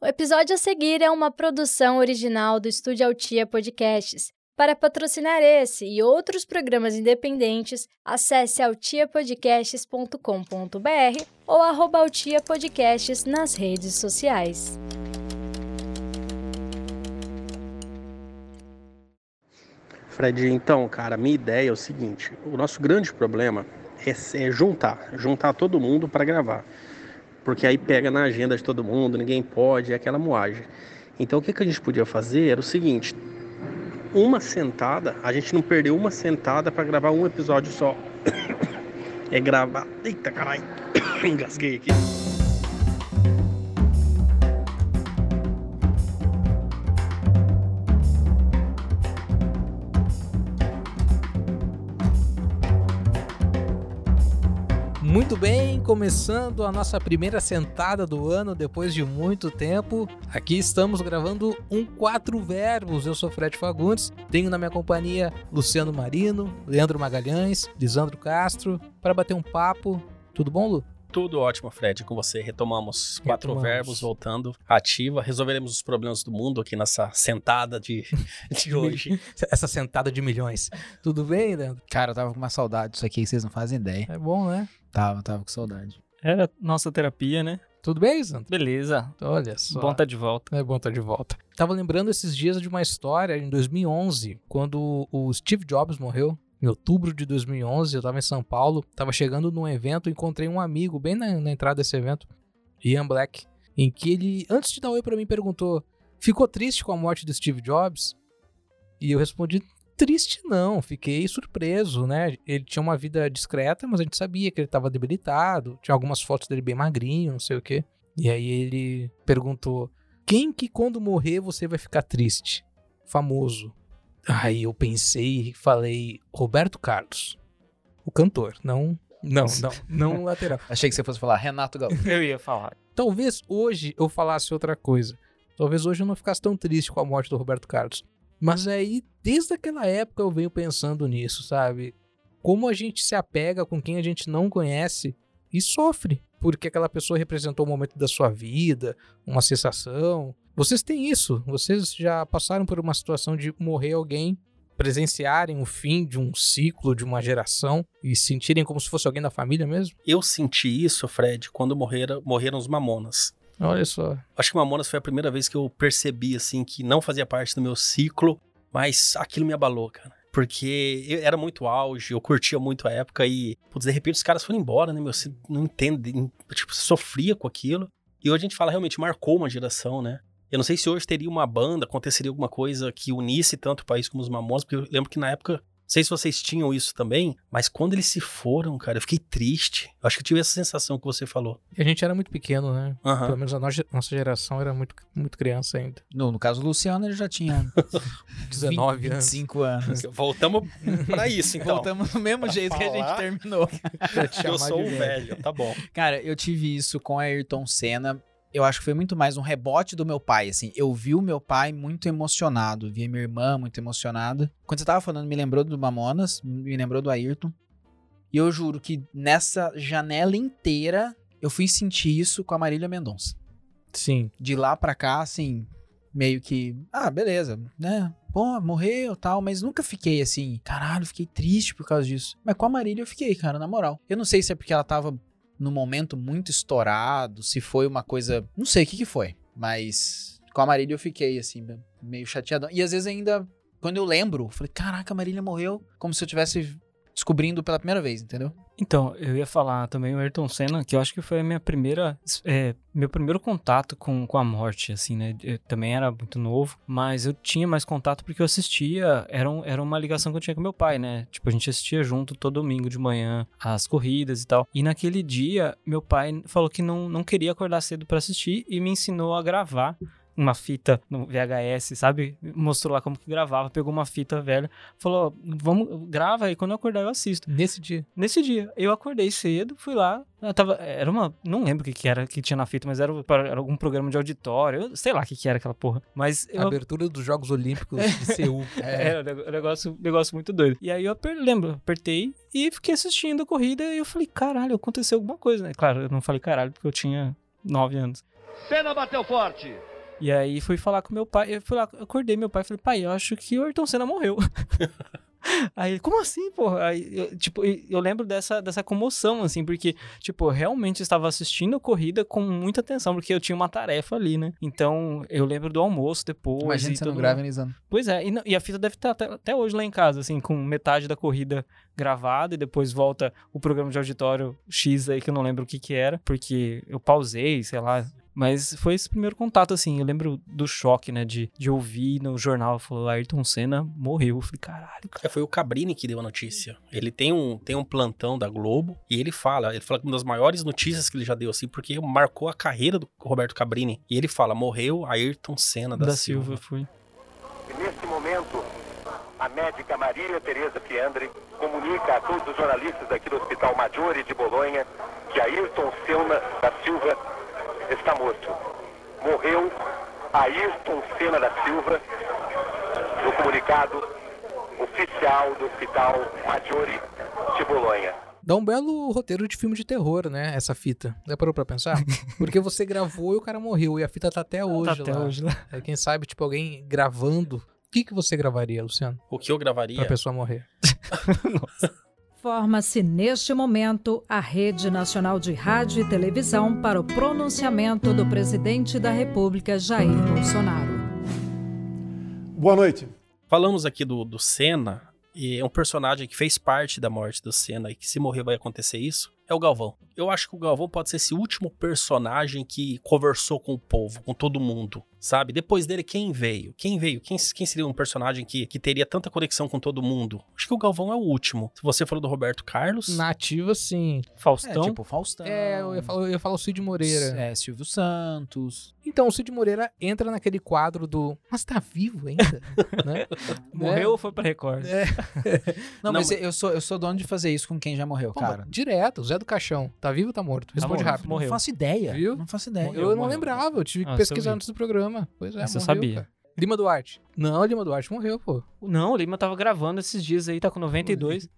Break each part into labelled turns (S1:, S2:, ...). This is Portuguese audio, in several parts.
S1: O episódio a seguir é uma produção original do Estúdio Altia Podcasts. Para patrocinar esse e outros programas independentes, acesse altiapodcasts.com.br ou arroba Altia Podcasts nas redes sociais.
S2: Fred, então, cara, minha ideia é o seguinte: o nosso grande problema é, é juntar, juntar todo mundo para gravar. Porque aí pega na agenda de todo mundo, ninguém pode, é aquela moagem. Então, o que, que a gente podia fazer era o seguinte: uma sentada, a gente não perdeu uma sentada para gravar um episódio só. É gravar. Eita caralho, engasguei aqui.
S3: Muito bem, começando a nossa primeira sentada do ano depois de muito tempo. Aqui estamos gravando um Quatro Verbos. Eu sou Fred Fagundes, tenho na minha companhia Luciano Marino, Leandro Magalhães, Lisandro Castro, para bater um papo. Tudo bom, Lu?
S4: Tudo ótimo, Fred, com você. Retomamos quatro
S3: Retomamos.
S4: verbos, voltando ativa. Resolveremos os problemas do mundo aqui nessa sentada de, de hoje.
S3: Essa sentada de milhões. Tudo bem, Leandro?
S5: Cara, eu tava com uma saudade disso aqui, que vocês não fazem ideia.
S3: É bom, né?
S5: Tava, tava com saudade.
S6: Era nossa terapia, né?
S3: Tudo bem, Lisandro?
S6: Beleza.
S3: Olha só.
S6: Bom tá de volta.
S3: É bom estar de volta. Tava lembrando esses dias de uma história em 2011, quando o Steve Jobs morreu. Em outubro de 2011, eu tava em São Paulo, tava chegando num evento, encontrei um amigo bem na, na entrada desse evento, Ian Black, em que ele, antes de dar oi pra mim, perguntou: "Ficou triste com a morte do Steve Jobs?" E eu respondi: "Triste não, fiquei surpreso, né? Ele tinha uma vida discreta, mas a gente sabia que ele tava debilitado, tinha algumas fotos dele bem magrinho, não sei o quê. E aí ele perguntou: quem que quando morrer você vai ficar triste? Famoso. Aí eu pensei e falei Roberto Carlos, o cantor, não, não, não, não o lateral.
S5: Achei que você fosse falar Renato Gaúcho.
S6: Eu ia falar.
S3: Talvez hoje eu falasse outra coisa. Talvez hoje eu não ficasse tão triste com a morte do Roberto Carlos. Mas aí, desde aquela época eu venho pensando nisso, sabe? Como a gente se apega com quem a gente não conhece e sofre, porque aquela pessoa representou um momento da sua vida, uma sensação. Vocês têm isso, vocês já passaram por uma situação de morrer alguém, presenciarem o fim de um ciclo, de uma geração e sentirem como se fosse alguém da família mesmo?
S4: Eu senti isso, Fred, quando morreram, morreram os mamonas.
S3: Olha só.
S4: Acho que Mamonas foi a primeira vez que eu percebi, assim, que não fazia parte do meu ciclo, mas aquilo me abalou, cara. Porque eu era muito auge, eu curtia muito a época e, putz, de repente os caras foram embora, né, meu? Você não entende, em- tipo, você sofria com aquilo. E hoje a gente fala, realmente, marcou uma geração, né? Eu não sei se hoje teria uma banda, aconteceria alguma coisa que unisse tanto o país como os Mamonas, porque eu lembro que na época, não sei se vocês tinham isso também, mas quando eles se foram, cara, eu fiquei triste. Eu acho que eu tive essa sensação que você falou.
S3: E a gente era muito pequeno, né?
S4: Aham.
S3: Pelo menos a nossa nossa geração era muito, muito criança ainda.
S5: No, no caso do Luciano, ele já tinha
S3: 19
S5: 20,
S3: anos.
S5: 25 anos.
S4: Voltamos pra isso, então.
S5: Voltamos do mesmo jeito que a gente
S4: falar-
S5: terminou.
S4: Eu sou
S3: de
S4: um velho, tá bom.
S5: Cara, eu tive isso com Ayrton Senna. Eu acho que foi muito mais um rebote do meu pai, assim. Eu vi o meu pai muito emocionado, vi a minha irmã muito emocionada. Quando você tava falando, me lembrou do Mamonas, me lembrou do Ayrton. E eu juro que nessa janela inteira, eu fui sentir isso com a Marília Mendonça.
S3: Sim.
S5: de lá pra cá, assim, meio que, ah, beleza, né? Pô, morreu tal, mas nunca fiquei assim, caralho, fiquei triste por causa disso. Mas com a Marília eu fiquei, cara, na moral. Eu não sei se é porque ela tava num momento muito estourado, se foi uma coisa, não sei o que que foi, mas com a Marília eu fiquei assim, meio chateadão. E às vezes ainda, quando eu lembro, eu falei, caraca, a Marília morreu, como se eu tivesse descobrindo pela primeira vez, entendeu?
S6: Então, eu ia falar também o Ayrton Senna, que eu acho que foi a minha primeira, é, meu primeiro contato com, com a morte, assim, né? Eu também era muito novo, mas eu tinha mais contato porque eu assistia, era, um- era uma ligação que eu tinha com meu pai, né? Tipo, a gente assistia junto todo domingo de manhã as corridas e tal. E naquele dia, meu pai falou que não, não queria acordar cedo pra assistir e me ensinou a gravar uma fita no VHS, sabe? Mostrou lá como que gravava, pegou uma fita velha, falou, "Ó, vamos, grava aí, quando eu acordar eu assisto.
S3: Nesse dia.
S6: Nesse dia, eu acordei cedo, fui lá. eu tava, era uma. Não lembro o que, que era que tinha na fita, mas era, o- era algum programa de auditório. Eu sei lá o que, que era aquela porra. Mas eu
S3: Abertura dos Jogos Olímpicos de Seul.
S6: é, um nego- um negócio, um negócio muito doido. E aí eu aper- lembro, apertei e fiquei assistindo a corrida e eu falei, caralho, aconteceu alguma coisa, né? Claro, eu não falei caralho porque eu tinha nove anos.
S7: Senna bateu forte.
S6: E aí fui falar com meu pai, eu fui lá, acordei meu pai e falei, pai, eu acho que o Ayrton Senna morreu. Aí, ele, como assim, porra? Aí, eu, tipo, e- eu lembro dessa, dessa comoção, assim, porque, tipo, eu realmente estava assistindo a corrida com muita atenção, porque eu tinha uma tarefa ali, né? Então, eu lembro do almoço depois.
S5: Imagina
S6: e
S5: sendo
S3: né?
S6: tudo mais.
S5: gravelizando.
S6: Pois é, e, não- e a fita deve estar até, até hoje lá em casa, assim, com metade da corrida gravada e depois volta o programa de auditório X aí, que eu não lembro o que que era, porque eu pausei, sei lá. Mas foi esse primeiro contato, assim, eu lembro do choque, né, de, de ouvir no jornal, falou, Ayrton Senna morreu. Eu falei, caralho, cara.
S4: É, Foi o Cabrini que deu a notícia. Ele tem um, tem um plantão da Globo e ele fala, ele fala que uma das maiores notícias que ele já deu, assim, porque marcou a carreira do Roberto Cabrini. E ele fala, morreu Ayrton Senna da,
S6: Da
S4: Silva. É,
S6: Silva, foi.
S7: E neste momento, a médica Maria Tereza Piandre comunica a todos os jornalistas aqui do Hospital Maggiore de Bolonha que Ayrton Senna da Silva está morto. Morreu Ayrton Senna da Silva no comunicado oficial do Hospital Maggiore de Bolonha.
S3: Dá um belo roteiro de filme de terror, né? Essa fita. Já parou pra pensar? Porque você gravou e o cara morreu. E a fita tá até hoje
S6: Tá até
S3: lá.
S6: hoje lá.
S3: É, quem sabe, tipo, alguém gravando. O que, que você gravaria, Luciano?
S4: O que eu gravaria?
S3: Pra pessoa morrer.
S8: Forma-se neste momento a Rede Nacional de Rádio e Televisão para o pronunciamento do presidente da República, Jair Bolsonaro.
S9: Boa noite.
S4: Falamos aqui do, do Senna, e é um personagem que fez parte da morte do Senna e que se morrer vai acontecer isso, é o Galvão. Eu acho que o Galvão pode ser esse último personagem que conversou com o povo, com todo mundo, sabe? Depois dele, quem veio? Quem veio? Quem, quem seria um personagem que, que teria tanta conexão com todo mundo? Acho que o Galvão é o último. Se você falou do Roberto Carlos,
S3: Na ativa, sim.
S5: É,
S6: Faustão.
S5: tipo Faustão.
S3: É, eu ia falar, eu ia falar o Cid Moreira.
S5: É, Silvio Santos.
S3: Então, o Cid Moreira entra naquele quadro do. Mas tá vivo ainda? né?
S6: morreu ou foi pra Record?
S3: É.
S4: Não,
S5: Não, mas eu sou, eu sou dono de fazer isso com quem já morreu,
S3: Pô,
S5: cara.
S3: mas Direto, Zé do Caixão. Tá vivo ou tá morto? Responde
S6: morto.
S3: rápido.
S6: Morreu.
S5: Não faço ideia.
S3: Viu?
S5: Não faço ideia.
S3: Eu
S6: Morreu,
S3: não
S6: morreu.
S3: lembrava, eu tive que
S6: Ah,
S3: pesquisar
S6: eu vi.
S3: antes do programa. Pois é,
S6: Essa eu
S3: morreu,
S6: sabia.
S3: cara. Lima Duarte. Não, Lima Duarte morreu, pô.
S6: Não, o Lima tava gravando esses dias aí, tá com 92.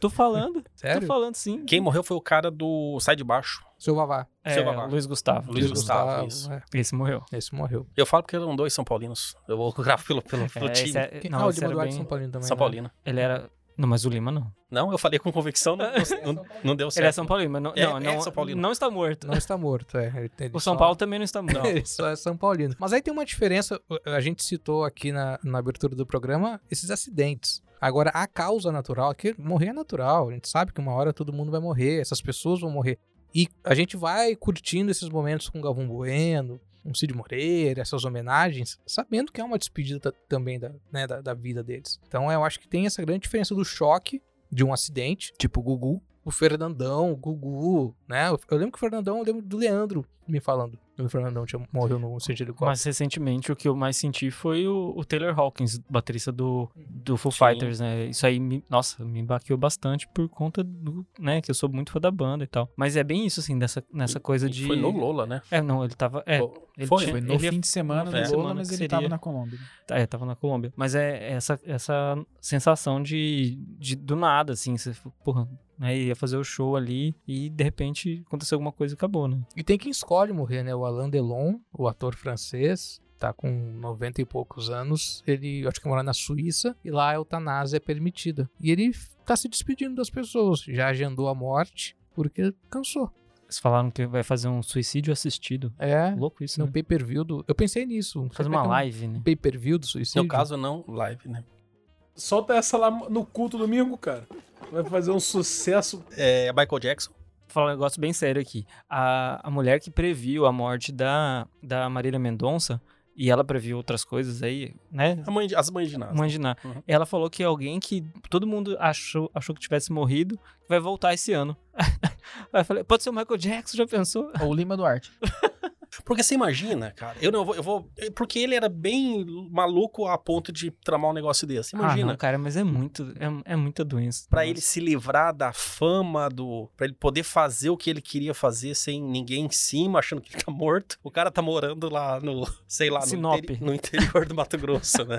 S6: Tô falando, tô
S3: Sério?
S6: falando sim.
S4: quem morreu foi o cara do Sai de Baixo.
S3: Seu Vavá.
S6: É,
S4: Seu babá.
S6: Luiz Gustavo.
S4: Luiz Gustavo, isso.
S3: é.
S6: Esse morreu.
S3: Esse morreu.
S4: Eu falo porque eram dois São Paulinos. Eu vou gravar pelo, pelo, pelo
S6: É,
S4: time.
S6: esse é-
S3: Quem-
S6: não,
S3: ah, o
S6: esse
S3: Lima
S6: era
S3: Duarte
S6: bem-
S3: São Paulino também.
S4: São
S3: né?
S4: Paulino.
S6: Ele era. Não, mas o Lima não.
S4: Não, eu falei com convicção, não, não- não, não deu
S6: Ele é
S4: certo.
S6: São Paulino, mas não,
S4: É,
S6: não,
S4: é
S6: não,
S4: São Paulino.
S6: não está morto.
S3: Não está morto, é. Ele- ele
S6: o São
S3: só-
S6: Paulo também não está morto.
S3: Ele só é São Paulino. Mas aí tem uma diferença, a gente citou aqui na, na abertura do programa esses acidentes. Agora, a causa natural aqui, morrer é natural. A gente sabe que uma hora todo mundo vai morrer, essas pessoas vão morrer. E a gente vai curtindo esses momentos com Galvão Bueno, com Cid Moreira, essas homenagens, sabendo que é uma despedida ta- também da, né, da, da vida deles. Então, eu acho que tem essa grande diferença do choque de um acidente
S5: Tipo Gugu.
S3: o Fernandão, o Gugu, né? Eu lembro que o Fernandão, eu lembro do Leandro me falando. O Fernandão tinha, morreu no incêndio de helicóptero.
S6: Mas recentemente o que eu mais senti foi o, o Taylor Hawkins, baterista do, do Foo
S4: Sim.
S6: Fighters, né? Isso aí, me, nossa, me baqueou bastante por conta do, né, que eu sou muito fã da banda e tal. Mas é bem isso, assim, dessa, nessa coisa de...
S4: Foi no Lola, né?
S6: É, não, ele tava... É, ele
S4: Foi,
S6: tinha-
S5: Foi no
S6: ele ia-
S5: fim de semana do
S4: É.
S5: Lola,
S6: semana
S5: mas
S6: que
S5: ele
S6: seria.
S5: tava na Colômbia.
S6: Tá, É, tava na Colômbia. Mas é essa, essa sensação de, de do nada, assim. Você, fala, porra, né, ia fazer o show ali e de repente aconteceu alguma coisa e acabou, né?
S3: E tem quem escolhe morrer, né? O Alain Delon, o ator francês, tá com 90 e poucos anos. Ele, eu acho que mora na Suíça, e lá a eutanásia é permitida. E ele tá se despedindo das pessoas. Já agendou a morte, porque cansou.
S6: Eles falaram que vai fazer um suicídio assistido.
S3: É,
S6: Louco isso,
S3: no
S6: né?
S3: pay-per-view do... Eu pensei nisso. Será
S6: Fazer uma
S3: que é um
S6: live, né?
S3: Pay-per-view do suicídio.
S4: No caso, não live, né?
S9: Solta essa lá no culto domingo, cara. Vai fazer um sucesso.
S4: É Michael Jackson.
S6: Vou falar um negócio bem sério aqui. A, a mulher que previu a morte da, da Marília Mendonça, e ela previu outras coisas aí, né?
S4: A mãe de- as mães de nada.
S6: Mãe de Ná.
S4: Uhum.
S6: Ela falou que alguém que todo mundo achou, achou que tivesse morrido vai voltar esse ano. Aí eu falei, pode ser o Michael Jackson, já pensou?
S5: Ou Lima Duarte.
S4: Porque você imagina, cara. Eu não vou, eu vou. Porque ele era bem maluco a ponto de tramar um negócio desse.
S6: Ah,
S4: Imagina.
S6: não, cara, mas é muito, é, é muita doença.
S4: Pra
S6: Nossa.
S4: ele se livrar da fama do, Pra ele poder fazer o que ele queria fazer sem ninguém em cima, achando que ele tá morto. O cara tá morando lá no, sei lá, no,
S6: Sinop.
S4: interi- no interior do Mato Grosso, né?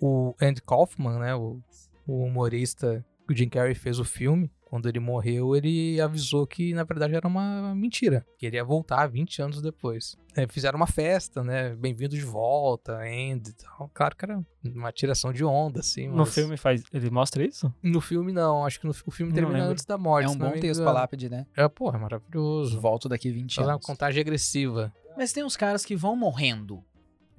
S3: o Andy Kaufman, né, o, o humorista que o Jim Carrey fez o filme, Quando ele morreu, ele avisou que na verdade era uma mentira, que ele ia voltar 20 anos depois. É, fizeram uma festa, né? Bem-vindo de volta, end e tal. Claro que era uma tiração de onda, assim.
S6: No
S3: mas-
S6: filme faz. Ele mostra isso?
S3: No filme, não. Acho que no, fi- o filme
S6: Não
S3: termina
S6: lembro.
S3: antes da morte.
S5: É um
S3: se não
S5: bom
S3: me
S5: texto
S3: engano.
S5: pra lápide, né?
S3: É, porra, é maravilhoso.
S5: Volto daqui 20
S3: Fazer uma
S5: anos.
S3: contagem agressiva.
S5: Mas tem uns caras que vão morrendo.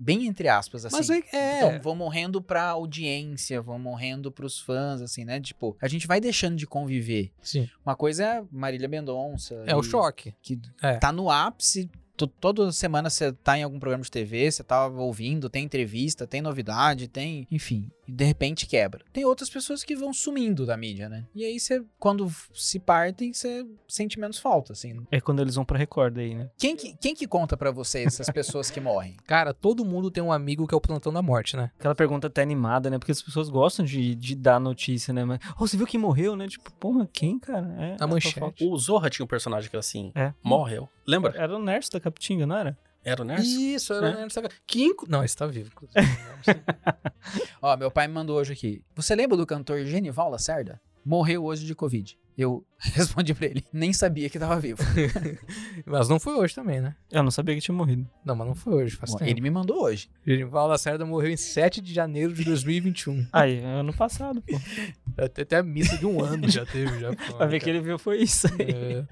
S5: Bem entre aspas, assim.
S3: Mas é, é,
S5: Então, vão morrendo pra audiência, vão morrendo pros fãs, assim, né? Tipo, a gente vai deixando de conviver.
S3: sim.
S5: Uma coisa é a Marília Mendonça.
S3: é o
S5: e-
S3: choque.
S5: Que
S3: É.
S5: tá no ápice. to- Toda semana você tá em algum programa de TV, você tá ouvindo, tem entrevista, tem novidade, tem. Enfim, e de repente quebra. Tem outras pessoas que vão sumindo da mídia, né? E aí você, quando f- se partem, você sente menos falta, assim.
S6: É quando eles vão pra Record aí, né?
S5: Quem que, quem que conta pra vocês essas pessoas que morrem?
S3: Cara, todo mundo tem um amigo que é o plantão da morte, né?
S6: Aquela pergunta até animada, né? Porque as pessoas gostam de, de dar notícia, né? Mas, oh, você viu quem morreu, né? Tipo, porra, quem, cara? É,
S3: A
S6: é
S3: manchete.
S4: O Zorra tinha um personagem que era assim,
S6: É.
S4: morreu. Lembra?
S6: Era o Nerso da Capitinga, não era?
S4: Era o Nerso?
S3: Isso, era
S4: É.
S3: era- sabe- Kinko. Não, esse tá vivo. inclusive.
S5: Ó, meu pai me mandou hoje aqui. Você lembra do cantor Genival Lacerda? Morreu hoje de Covid. Eu respondi pra ele. Nem sabia que tava vivo.
S3: mas não foi hoje também, né?
S6: Eu não sabia que tinha morrido.
S3: Não, mas não foi hoje, faz
S5: Bom,
S3: tempo.
S5: ele me mandou hoje.
S3: Genival Lacerda morreu em 7 de janeiro de 2021.
S6: Aí, ano passado, pô.
S3: É, Até, até a missa de um ano já teve. Já, pô,
S6: Pra ver que
S3: cara.
S6: ele viu foi isso aí.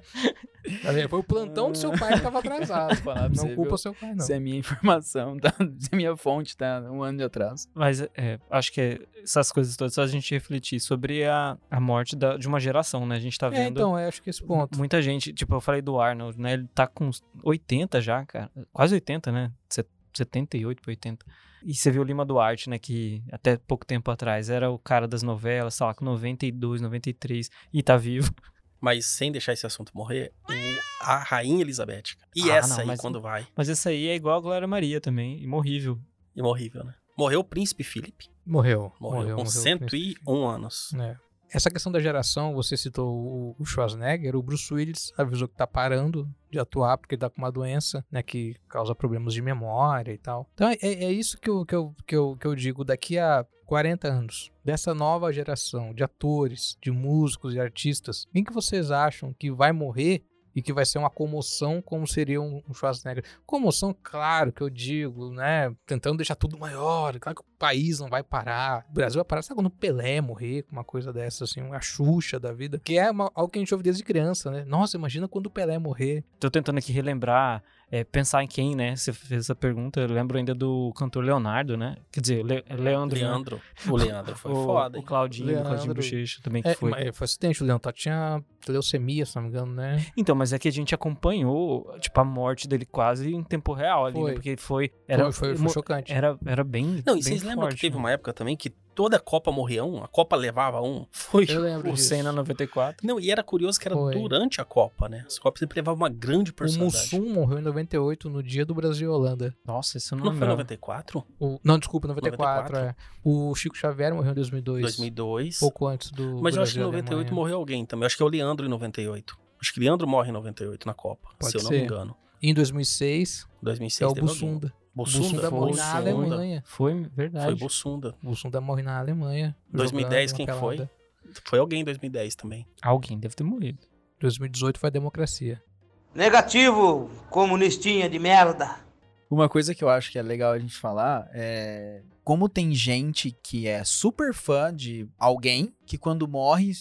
S3: É. Tá vendo? Foi o plantão do seu pai que tava atrasado.
S5: Falar pra
S3: Não
S5: você,
S3: culpa
S5: viu?
S3: seu pai, não.
S5: Se a minha informação, tá, se a minha fonte tá um ano de atraso.
S6: Mas é, acho que é, essas coisas todas só a gente refletir sobre a, a morte da- de uma geração, né? A gente tá vendo.
S3: É, então, é, acho que esse ponto.
S6: Muita gente, tipo, eu falei do Arnold, né? Ele tá com uns 80 já, cara. Quase 80, né? Se- 78 pra 80. E você viu o Lima Duarte, né? Que até pouco tempo atrás era o cara das novelas, sei lá, com 92, 93, e tá vivo.
S4: Mas sem deixar esse assunto morrer, o- a Rainha Elizabeth. cara. E
S6: Ah,
S4: essa
S6: não,
S4: aí,
S6: mas-
S4: quando vai?
S6: Mas essa aí é igual a Glória Maria também, imorrível.
S4: Imorrível, né? Morreu o príncipe Felipe.
S3: Morreu.
S4: Morreu, com
S3: o
S4: 101 anos.
S3: É. Essa questão da geração, você citou o- o Schwarzenegger, o Bruce Willis avisou que tá parando de atuar porque ele tá com uma doença, né, que causa problemas de memória e tal. Então é, é isso que eu, que, eu, que, eu, que eu digo, daqui a 40 anos, dessa nova geração de atores, de músicos e artistas, quem que vocês acham que vai morrer e que vai ser uma comoção como seria um um Schwarzenegger? Comoção, claro que eu digo, né? Tentando deixar tudo maior. Claro que o país não vai parar. O Brasil vai parar. Sabe quando o Pelé morrer com uma coisa dessa, assim, uma Xuxa da vida? Que é uma- algo que a gente ouve desde criança, né? Nossa, imagina quando o Pelé morrer.
S6: Tô tentando aqui relembrar, é, pensar em quem, né? Você fez essa pergunta. Eu lembro ainda do cantor Leonardo, né? Quer dizer, Le- Leandro. né?
S4: Leandro. O Leandro foi
S6: o,
S4: foda.
S6: O
S4: hein?
S6: Claudinho, o Claudinho
S3: Leandro.
S6: Bochecha também que
S3: É,
S6: foi.
S3: foi. Mas foi acidente, o Leão tá, tinha leucemia, se não me engano, né?
S6: Então, mas é que a gente acompanhou, tipo, a morte dele quase em tempo real ali,
S3: Foi.
S6: né? Porque foi. Era,
S3: foi, foi, foi
S6: mo-
S3: chocante.
S6: era, era bem.
S4: Não,
S6: bem
S4: e vocês lembram
S6: forte,
S4: que teve
S6: né?
S4: uma época também que toda Copa morria um? A Copa levava um? Foi.
S3: Eu lembro
S6: O
S3: disso.
S6: Senna 94.
S4: Não, e era curioso que era
S3: Foi.
S4: durante a Copa, né? As Copas sempre levavam uma grande
S3: O
S4: porcentagem.
S3: Mussum morreu em 98, no dia do Brasil e Holanda.
S6: Nossa, isso eu não,
S4: Não foi
S6: lembrava.
S4: 94?
S3: O- não, desculpa, 94,
S4: 94.
S3: é. O Chico Xavier morreu em 2002.
S4: 2002.
S3: Pouco antes do.
S4: Mas eu acho que
S3: Brasil
S4: em
S3: é e
S4: 98
S3: Alemanha.
S4: morreu alguém também. Eu acho que é o Leandro em 98. Acho que Leandro morre em 98 na Copa,
S3: Pode
S4: se eu não
S3: ser.
S4: me engano.
S3: Em 2006,
S4: Em 2006
S3: é o
S4: teve alguém.
S3: Bussunda.
S4: Bussunda,
S3: Bussunda é
S4: foi
S3: morre
S6: Bussunda.
S3: na
S4: Bussunda.
S3: Alemanha.
S6: Foi, verdade.
S4: Foi Bussunda.
S3: Bussunda morre na Alemanha.
S4: 2010
S3: jogando uma
S4: quem foi?
S3: pelada.
S4: Foi alguém em 2010 também.
S6: Alguém deve ter morrido.
S3: 2018 foi a democracia.
S10: Negativo, comunistinha de merda.
S5: Uma coisa que eu acho que é legal a gente falar é como tem gente que é super fã de alguém que quando morre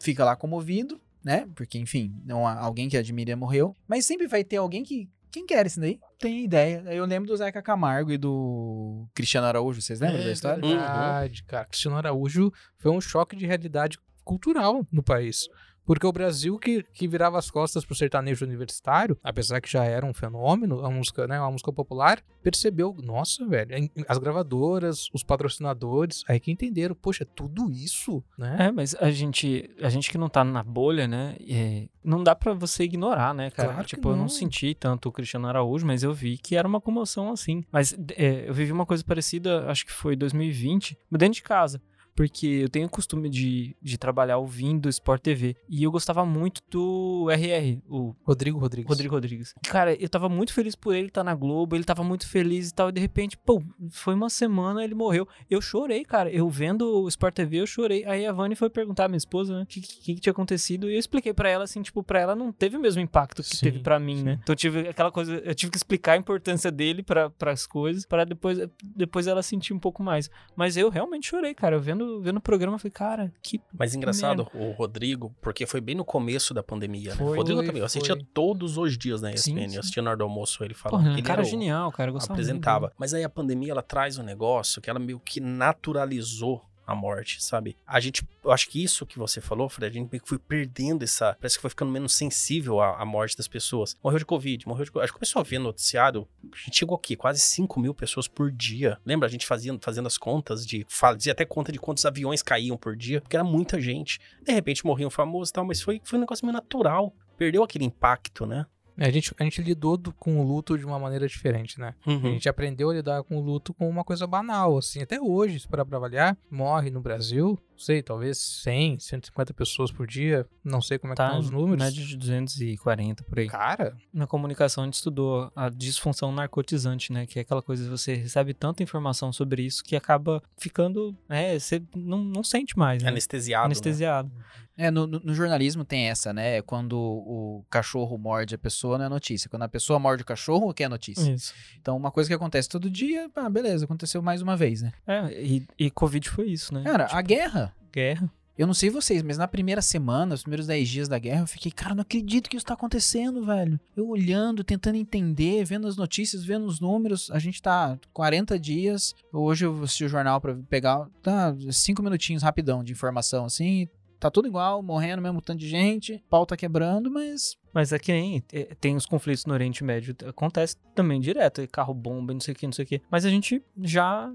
S5: fica lá comovido, né? Porque, enfim, não há- alguém que admira morreu. Mas sempre vai ter alguém que. Quem quer isso daí? Tem ideia. Eu lembro do Zeca Camargo e do Cristiano Araújo, vocês lembram da história?
S3: é Verdade, cara. Cristiano Araújo foi um choque de realidade cultural no país. Porque o Brasil que, que virava as costas pro sertanejo universitário, apesar que já era um fenômeno, a música, né, uma música popular, percebeu, nossa, velho, em- as gravadoras, os patrocinadores, aí que entenderam, poxa, é tudo isso, né?
S6: É, mas a gente, a gente que não tá na bolha, né? é, não dá pra você ignorar, né, cara?
S3: Claro que
S6: tipo, eu
S3: não.
S6: não senti tanto o Cristiano Araújo, mas eu vi que era uma comoção assim. Mas é, eu vivi uma coisa parecida, acho que foi 2020, dentro de casa. porque eu tenho o costume de, de trabalhar ouvindo Sport TV. E eu gostava muito do RR, o
S3: Rodrigo Rodrigues.
S6: Rodrigo Rodrigues. Cara, eu tava muito feliz por ele estar na Globo, ele tava muito feliz e tal, e de repente, pô, foi uma semana, ele morreu. Eu chorei, cara. Eu vendo o Sport TV, eu chorei. Aí a Vani foi perguntar à minha esposa, né, o que, que, que tinha acontecido, e eu expliquei pra ela, assim, tipo, pra ela não teve o mesmo impacto que
S3: Sim,
S6: teve pra mim,
S3: sim.
S6: né? Então eu tive aquela coisa, eu tive que explicar a importância dele pra as coisas, pra depois, depois ela sentir um pouco mais. Mas eu realmente chorei, cara. Eu vendo, vendo o programa, eu falei, cara, que
S4: Mas engraçado, o Rodrigo, porque foi bem no começo da pandemia, né?
S3: Foi,
S4: O Rodrigo também, eu assistia
S3: foi.
S4: todos os dias na ESPN,
S6: Sim, sim.
S4: eu assistia na hora do almoço ele falando.
S6: Porra,
S4: que ele
S6: cara
S4: era o-
S6: genial, cara. Eu gostava muito né?
S4: apresentava. Mas aí a pandemia ela traz um negócio que ela meio que naturalizou a morte, sabe? A gente, eu acho que isso que você falou, Fred, a gente meio que foi perdendo essa, parece que foi ficando menos sensível à, à morte das pessoas. Morreu de covid, morreu de, co- a gente começou a ver noticiário, a gente chegou aqui quase 5 mil pessoas por dia. Lembra a gente fazia, fazendo as contas de, fazia até conta de quantos aviões caíam por dia, porque era muita gente. De repente morriam famosos e tal, mas foi, foi um negócio meio natural. Perdeu aquele impacto, né?
S3: A gente, a gente lidou do- com o luto de uma maneira diferente, né? A
S4: Uhum.
S6: Uhum.
S3: gente aprendeu a lidar com o luto como uma coisa banal, assim. Até hoje, se parar pra avaliar, morre no Brasil, não sei, talvez 100, 150 pessoas por dia. Não sei como é
S6: Tá,
S3: que estão os números.
S6: média de 240 por aí.
S3: Cara,
S6: Na comunicação a gente estudou a disfunção narcotizante, né? Que é aquela coisa, você recebe tanta informação sobre isso que acaba ficando, é, você não, não sente mais, né?
S4: Anestesiado. né?
S6: Anestesiado.
S5: É, no, no- no jornalismo tem essa, né? Quando o cachorro morde a pessoa, não é notícia. Quando a pessoa morde o cachorro, o que é notícia?
S6: Isso.
S5: Então, uma coisa que acontece todo dia, ah, beleza, aconteceu mais uma vez, né?
S6: É, e, e Covid foi isso, né?
S5: Cara,
S6: Tipo,
S5: a guerra.
S6: guerra.
S5: Eu não sei vocês, mas na primeira semana, os primeiros 10 dias da guerra, eu fiquei, cara, não acredito que isso tá acontecendo, velho. Eu olhando, tentando entender, vendo as notícias, vendo os números. A gente tá 40 dias. Hoje eu assisti o jornal pra pegar, tá, 5 minutinhos rapidão de informação, assim. Tá tudo igual, morrendo mesmo um tanto de gente, pau tá quebrando, mas
S6: Mas é que nem é, tem os conflitos no Oriente Médio, acontece também direto, e carro bomba, e não sei o que, não sei o que. Mas a gente já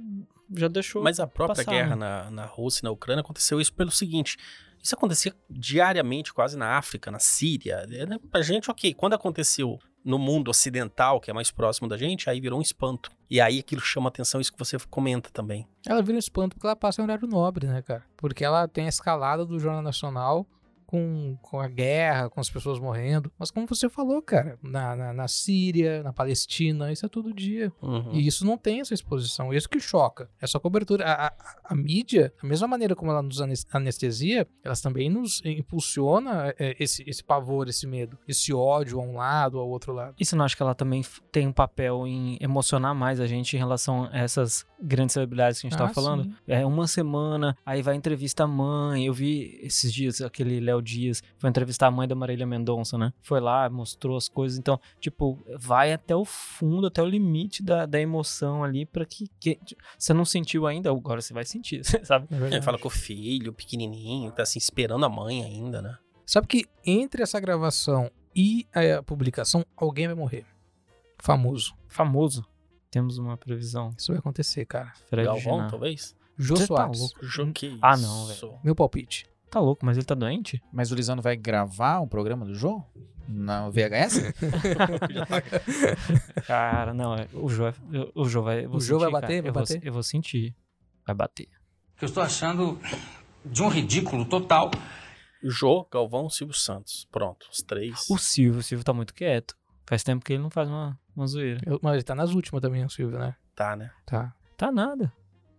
S6: já deixou.
S4: Mas a própria
S6: passar,
S4: guerra
S6: né?
S4: na, na Rússia e na Ucrânia aconteceu isso pelo seguinte: isso acontecia diariamente, quase na África, na Síria. Era Pra gente, ok. Quando aconteceu no mundo ocidental, que é mais próximo da gente, aí virou um espanto. E aí aquilo chama atenção, isso que você comenta também.
S3: ela vira um espanto porque ela passa em horário nobre, né, cara? Porque ela tem a escalada do Jornal Nacional com, com a guerra, com as pessoas morrendo. Mas como você falou, cara, na, na, na Síria, na Palestina, isso é todo dia.
S4: Uhum.
S6: Hum.
S3: E isso não tem essa exposição, isso que choca. Essa cobertura, a, a, a mídia, da mesma maneira como ela nos anes- anestesia, elas também nos impulsiona é, esse, esse pavor, esse medo, esse ódio a um lado, ao outro lado.
S6: E você não acha que ela também f- tem um papel em emocionar mais a gente em relação a essas grandes celebridades que a gente tava
S3: Ah,
S6: falando?
S3: sim.
S6: É uma semana, aí vai entrevistar a mãe. Eu vi esses dias, aquele Léo Dias foi entrevistar a mãe da Marília Mendonça, né? Foi lá, mostrou as coisas. Então, tipo, vai até o fundo, até o limite da, da emoção ali, pra que, que. Você não sentiu ainda, agora você vai sentir, sabe?
S4: Ele
S3: É.
S4: fala com o filho, pequenininho, tá assim, esperando a mãe ainda, né?
S3: Sabe que entre essa gravação e a publicação, alguém vai morrer. Famoso.
S6: Famoso. Temos uma previsão.
S3: Isso vai acontecer, cara.
S6: Fred
S4: Galvão,
S6: Ginar.
S4: talvez?
S3: Jô
S6: Você tá
S3: Soares.
S6: louco.
S4: Jo- que
S6: Ah, não,
S4: isso.
S3: Meu palpite.
S6: Tá louco, mas ele tá doente?
S5: Mas o Lisano vai gravar um programa do jogo? Na VHS?
S6: Cara, não, é- o Jô, é- o Jô vai. eu vou
S3: O Jô
S6: sentir,
S3: vai bater?
S6: cara.
S3: Vai
S6: eu vou-
S3: bater?
S6: eu vou sentir. Vai bater.
S10: Eu estou achando de um ridículo total.
S4: Jô, Galvão, Silvio Santos. Pronto, os três.
S6: O Silvio, o Silvio tá muito quieto. Faz tempo que ele não faz uma, uma zoeira.
S3: Eu- mas ele tá nas últimas também, o Silvio, né?
S4: Tá, né?
S3: Tá.
S6: Tá nada.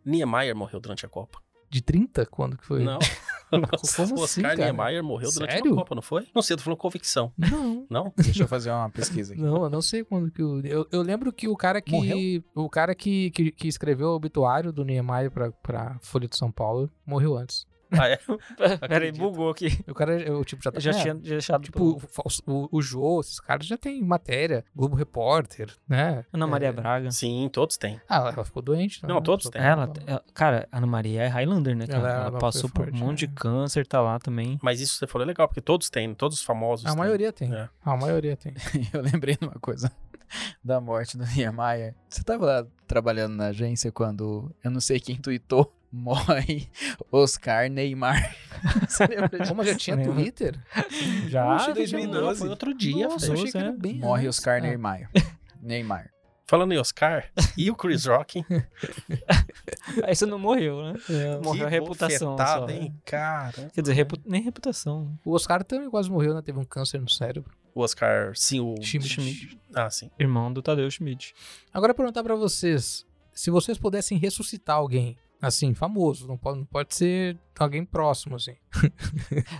S4: Niemeyer morreu durante a Copa.
S3: De 30? Quando que foi?
S4: Não.
S3: Como
S4: o
S3: assim,
S4: Oscar
S3: cara?
S4: Niemeyer morreu durante
S3: Sério?
S4: a Copa, não foi? Não sei, eu tô falando convicção.
S3: Não.
S4: Não?
S5: Deixa eu fazer uma pesquisa aqui.
S3: Não, eu não sei quando que o. Eu, eu lembro que o cara que.
S5: Morreu?
S3: O cara que, que, que escreveu o obituário do Niemeyer pra, pra Folha de São Paulo morreu antes.
S4: Ah, é?
S6: Peraí,
S4: Acredito.
S6: bugou aqui.
S3: O cara, eu, tipo, já tá.
S6: Eu já
S3: é,
S6: tinha já deixado.
S3: Tipo, o,
S6: pro-
S3: Fausto- o, o Jô, esses caras já tem matéria. Globo Repórter, né?
S6: Ana Maria
S3: É.
S6: Braga.
S4: Sim, todos têm.
S3: Ah, ela ficou doente. né?
S4: Não, todos têm.
S6: Ela, ela- cara, a Ana Maria é Highlander, né? Cara?
S3: Ela-
S6: Ela,
S3: ela
S6: passou
S3: foi
S6: por
S3: forte,
S6: um monte
S3: né?
S6: de câncer, tá lá também.
S4: Mas isso que você falou é legal, porque todos têm, todos os famosos.
S3: A
S4: têm.
S3: maioria tem.
S4: É.
S3: A maioria tem.
S5: Eu lembrei de uma coisa da morte do Niemeyer. Você tava lá trabalhando na agência quando eu não sei quem tuitou. Morre Oscar Neymar. Você lembra disso?
S3: Como já tinha
S6: Lembra?
S3: Twitter?
S6: Já.
S3: Nossa,
S4: Não, foi outro dia.
S3: Nossa,
S4: foi. né?
S3: eu achei que era bem
S5: Morre
S3: antes.
S5: Oscar
S3: Ah.
S5: né? Neymar. Neymar.
S4: Falando em Oscar, e o Chris Rock, hein?
S6: Aí você não morreu, né? Morreu a
S4: Que
S6: reputação
S4: bofetada,
S6: só.
S4: hein?
S5: é.
S4: Cara.
S6: Quer dizer, repu- nem reputação.
S3: O Oscar também quase morreu, né? Teve um câncer no cérebro.
S4: O Oscar, sim, o.
S3: Schmidt.
S4: Ah, sim.
S6: Irmão do Tadeu Schmidt.
S3: Agora eu perguntar pra vocês, se vocês pudessem ressuscitar alguém, assim, famoso, não pode, não pode ser alguém próximo, assim.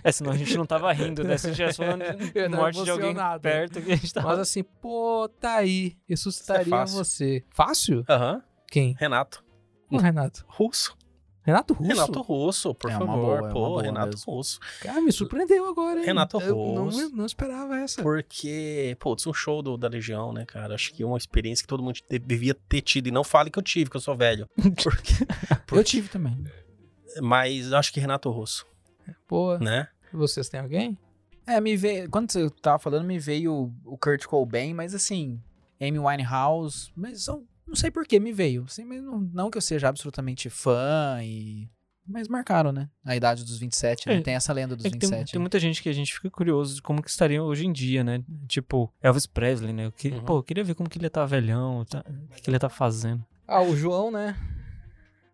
S6: É, senão a gente não tava rindo, né? Se a gente tivesse falando de
S3: Eu tava
S6: morte de alguém
S3: emocionado.
S6: perto tá. que a gente tava...
S3: Mas assim, pô, tá aí,
S4: Isso
S3: ressuscitaria
S4: é fácil.
S3: você. Fácil?
S4: Aham.
S3: Quem?
S4: Renato.
S3: O
S6: Hum.
S3: Renato.
S4: Russo.
S3: Renato Russo?
S4: Renato Russo, por
S5: É uma
S4: favor.
S5: boa, é uma
S4: Pô,
S5: boa
S4: Renato
S5: mesmo.
S4: Russo.
S3: Cara, me surpreendeu agora, hein?
S4: Renato
S3: Eu não-
S4: Russo.
S3: não esperava essa.
S4: Porque, putz, um show do- da Legião, né, cara? Acho que é uma experiência que todo mundo te- devia ter tido. E não fale que eu tive, que eu sou velho.
S5: Eu tive também.
S4: Mas acho que Renato Russo,
S3: Pô,
S4: né?
S3: vocês têm alguém?
S5: É, me veio. Quando você tava falando, me veio o Kurt Cobain, mas assim, Amy Winehouse, mas são- não sei por que me veio. Assim, mas não, não que eu seja absolutamente fã e. Mas marcaram, né? A idade dos 27, né?
S6: É.
S5: Tem essa lenda dos
S6: É que tem,
S5: 27.
S6: tem
S5: né?
S6: muita gente que a gente fica curioso de como que estariam hoje em dia, né? Tipo, Elvis Presley, né? Eu que-
S4: Uhum.
S6: Pô, eu queria ver como que ele tá velhão, tá- o que, que ele tá fazendo.
S3: Ah, o João, né?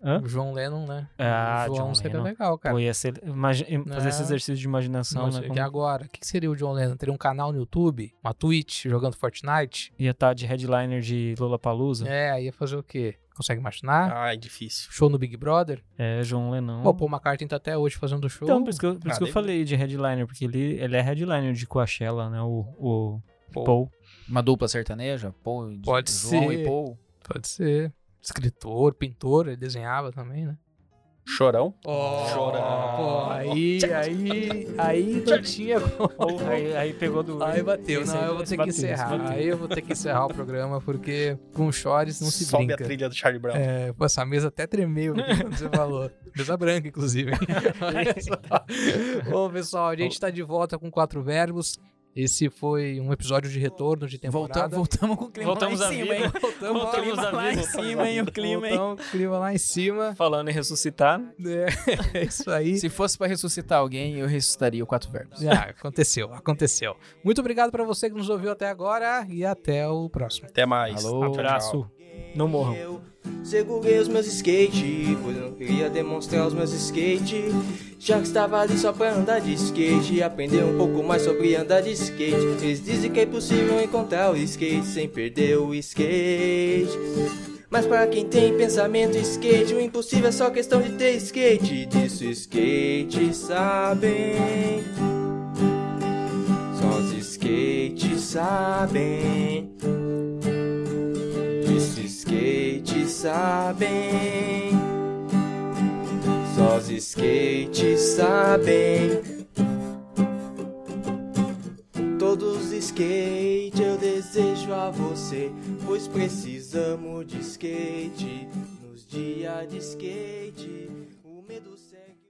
S6: Hã?
S3: O João Lennon, né?
S6: Ah,
S3: o João
S6: John
S3: seria
S6: Lennon.
S3: legal, cara.
S6: Pô, ia ser, imagi- im- fazer esse
S3: Ah.
S6: exercício de
S3: Não,
S6: imaginação,
S3: sei,
S6: né?
S3: que
S6: Como...
S3: agora, o que que seria o John Lennon? Teria um canal no YouTube? Uma Twitch jogando Fortnite?
S6: Ia estar de headliner de Lollapalooza.
S3: É, aí ia fazer o quê? Consegue
S6: Ah.
S3: imaginar?
S4: Ai, difícil.
S3: Show no Big Brother?
S6: É, João Lenão.
S3: Pô, Paul McCartney tá até hoje fazendo show.
S6: Então, por isso que eu, por isso
S4: Ah,
S6: que eu
S4: daí-
S6: falei de headliner, porque ele, ele é headliner de Coachella, né? O, o
S3: Paul.
S6: Paul.
S5: Uma dupla sertaneja? Paul, e-
S3: Pode
S5: João
S3: ser.
S5: e Paul.
S3: Pode ser. Escritor, pintor, ele desenhava também, né?
S4: Chorão?
S3: Chora. Pô, aí, aí, aí não tinha como.
S6: Aí, aí pegou do.
S3: Aí bateu,
S6: Esse
S3: não,
S6: aí
S3: eu vou ter que
S6: bateu, esse
S3: encerrar.
S6: bateu.
S3: Aí eu vou ter que encerrar o programa, porque com chores não se
S4: Sobe a
S3: brinca.
S4: trilha do Charlie Brown.
S3: É, pô, essa mesa até tremeu aqui quando você falou. Mesa branca, inclusive. Olha só. Bom, pessoal, a gente tá de volta com quatro verbos. Esse foi um episódio de retorno de temporada.
S5: Volta, voltamos com o clima
S6: Voltamos
S5: lá
S6: à
S5: em cima,
S6: vida.
S5: hein?
S3: voltamos,
S5: O clima
S6: Voltamos à
S5: lá em
S6: vida.
S5: cima, hein? O clima, hein?
S3: Voltamos, clima lá em cima.
S6: Falando em ressuscitar.
S3: É, é isso aí.
S5: Se fosse pra ressuscitar alguém, eu ressuscitaria o Quatro Verbos.
S3: Ah, aconteceu, aconteceu. Muito obrigado pra você que nos ouviu até agora e até o próximo.
S4: Até mais.
S5: Alô.
S4: Tchau, tchau.
S6: Abraço. Não morram.
S11: Eu segurei os meus skate, pois eu queria demonstrar os meus skate. Já que estava ali só pra andar de skate, aprender um pouco mais sobre andar de skate. Eles dizem que é impossível encontrar o skate sem perder o skate. Mas para quem tem pensamento skate, o impossível é só questão de ter skate. Disso skate sabem. Só os skate sabem. Disso skate sabem. Só os skate sabem. Todos os skate eu desejo a você, pois precisamos de skate. Nos dias de skate, o medo segue.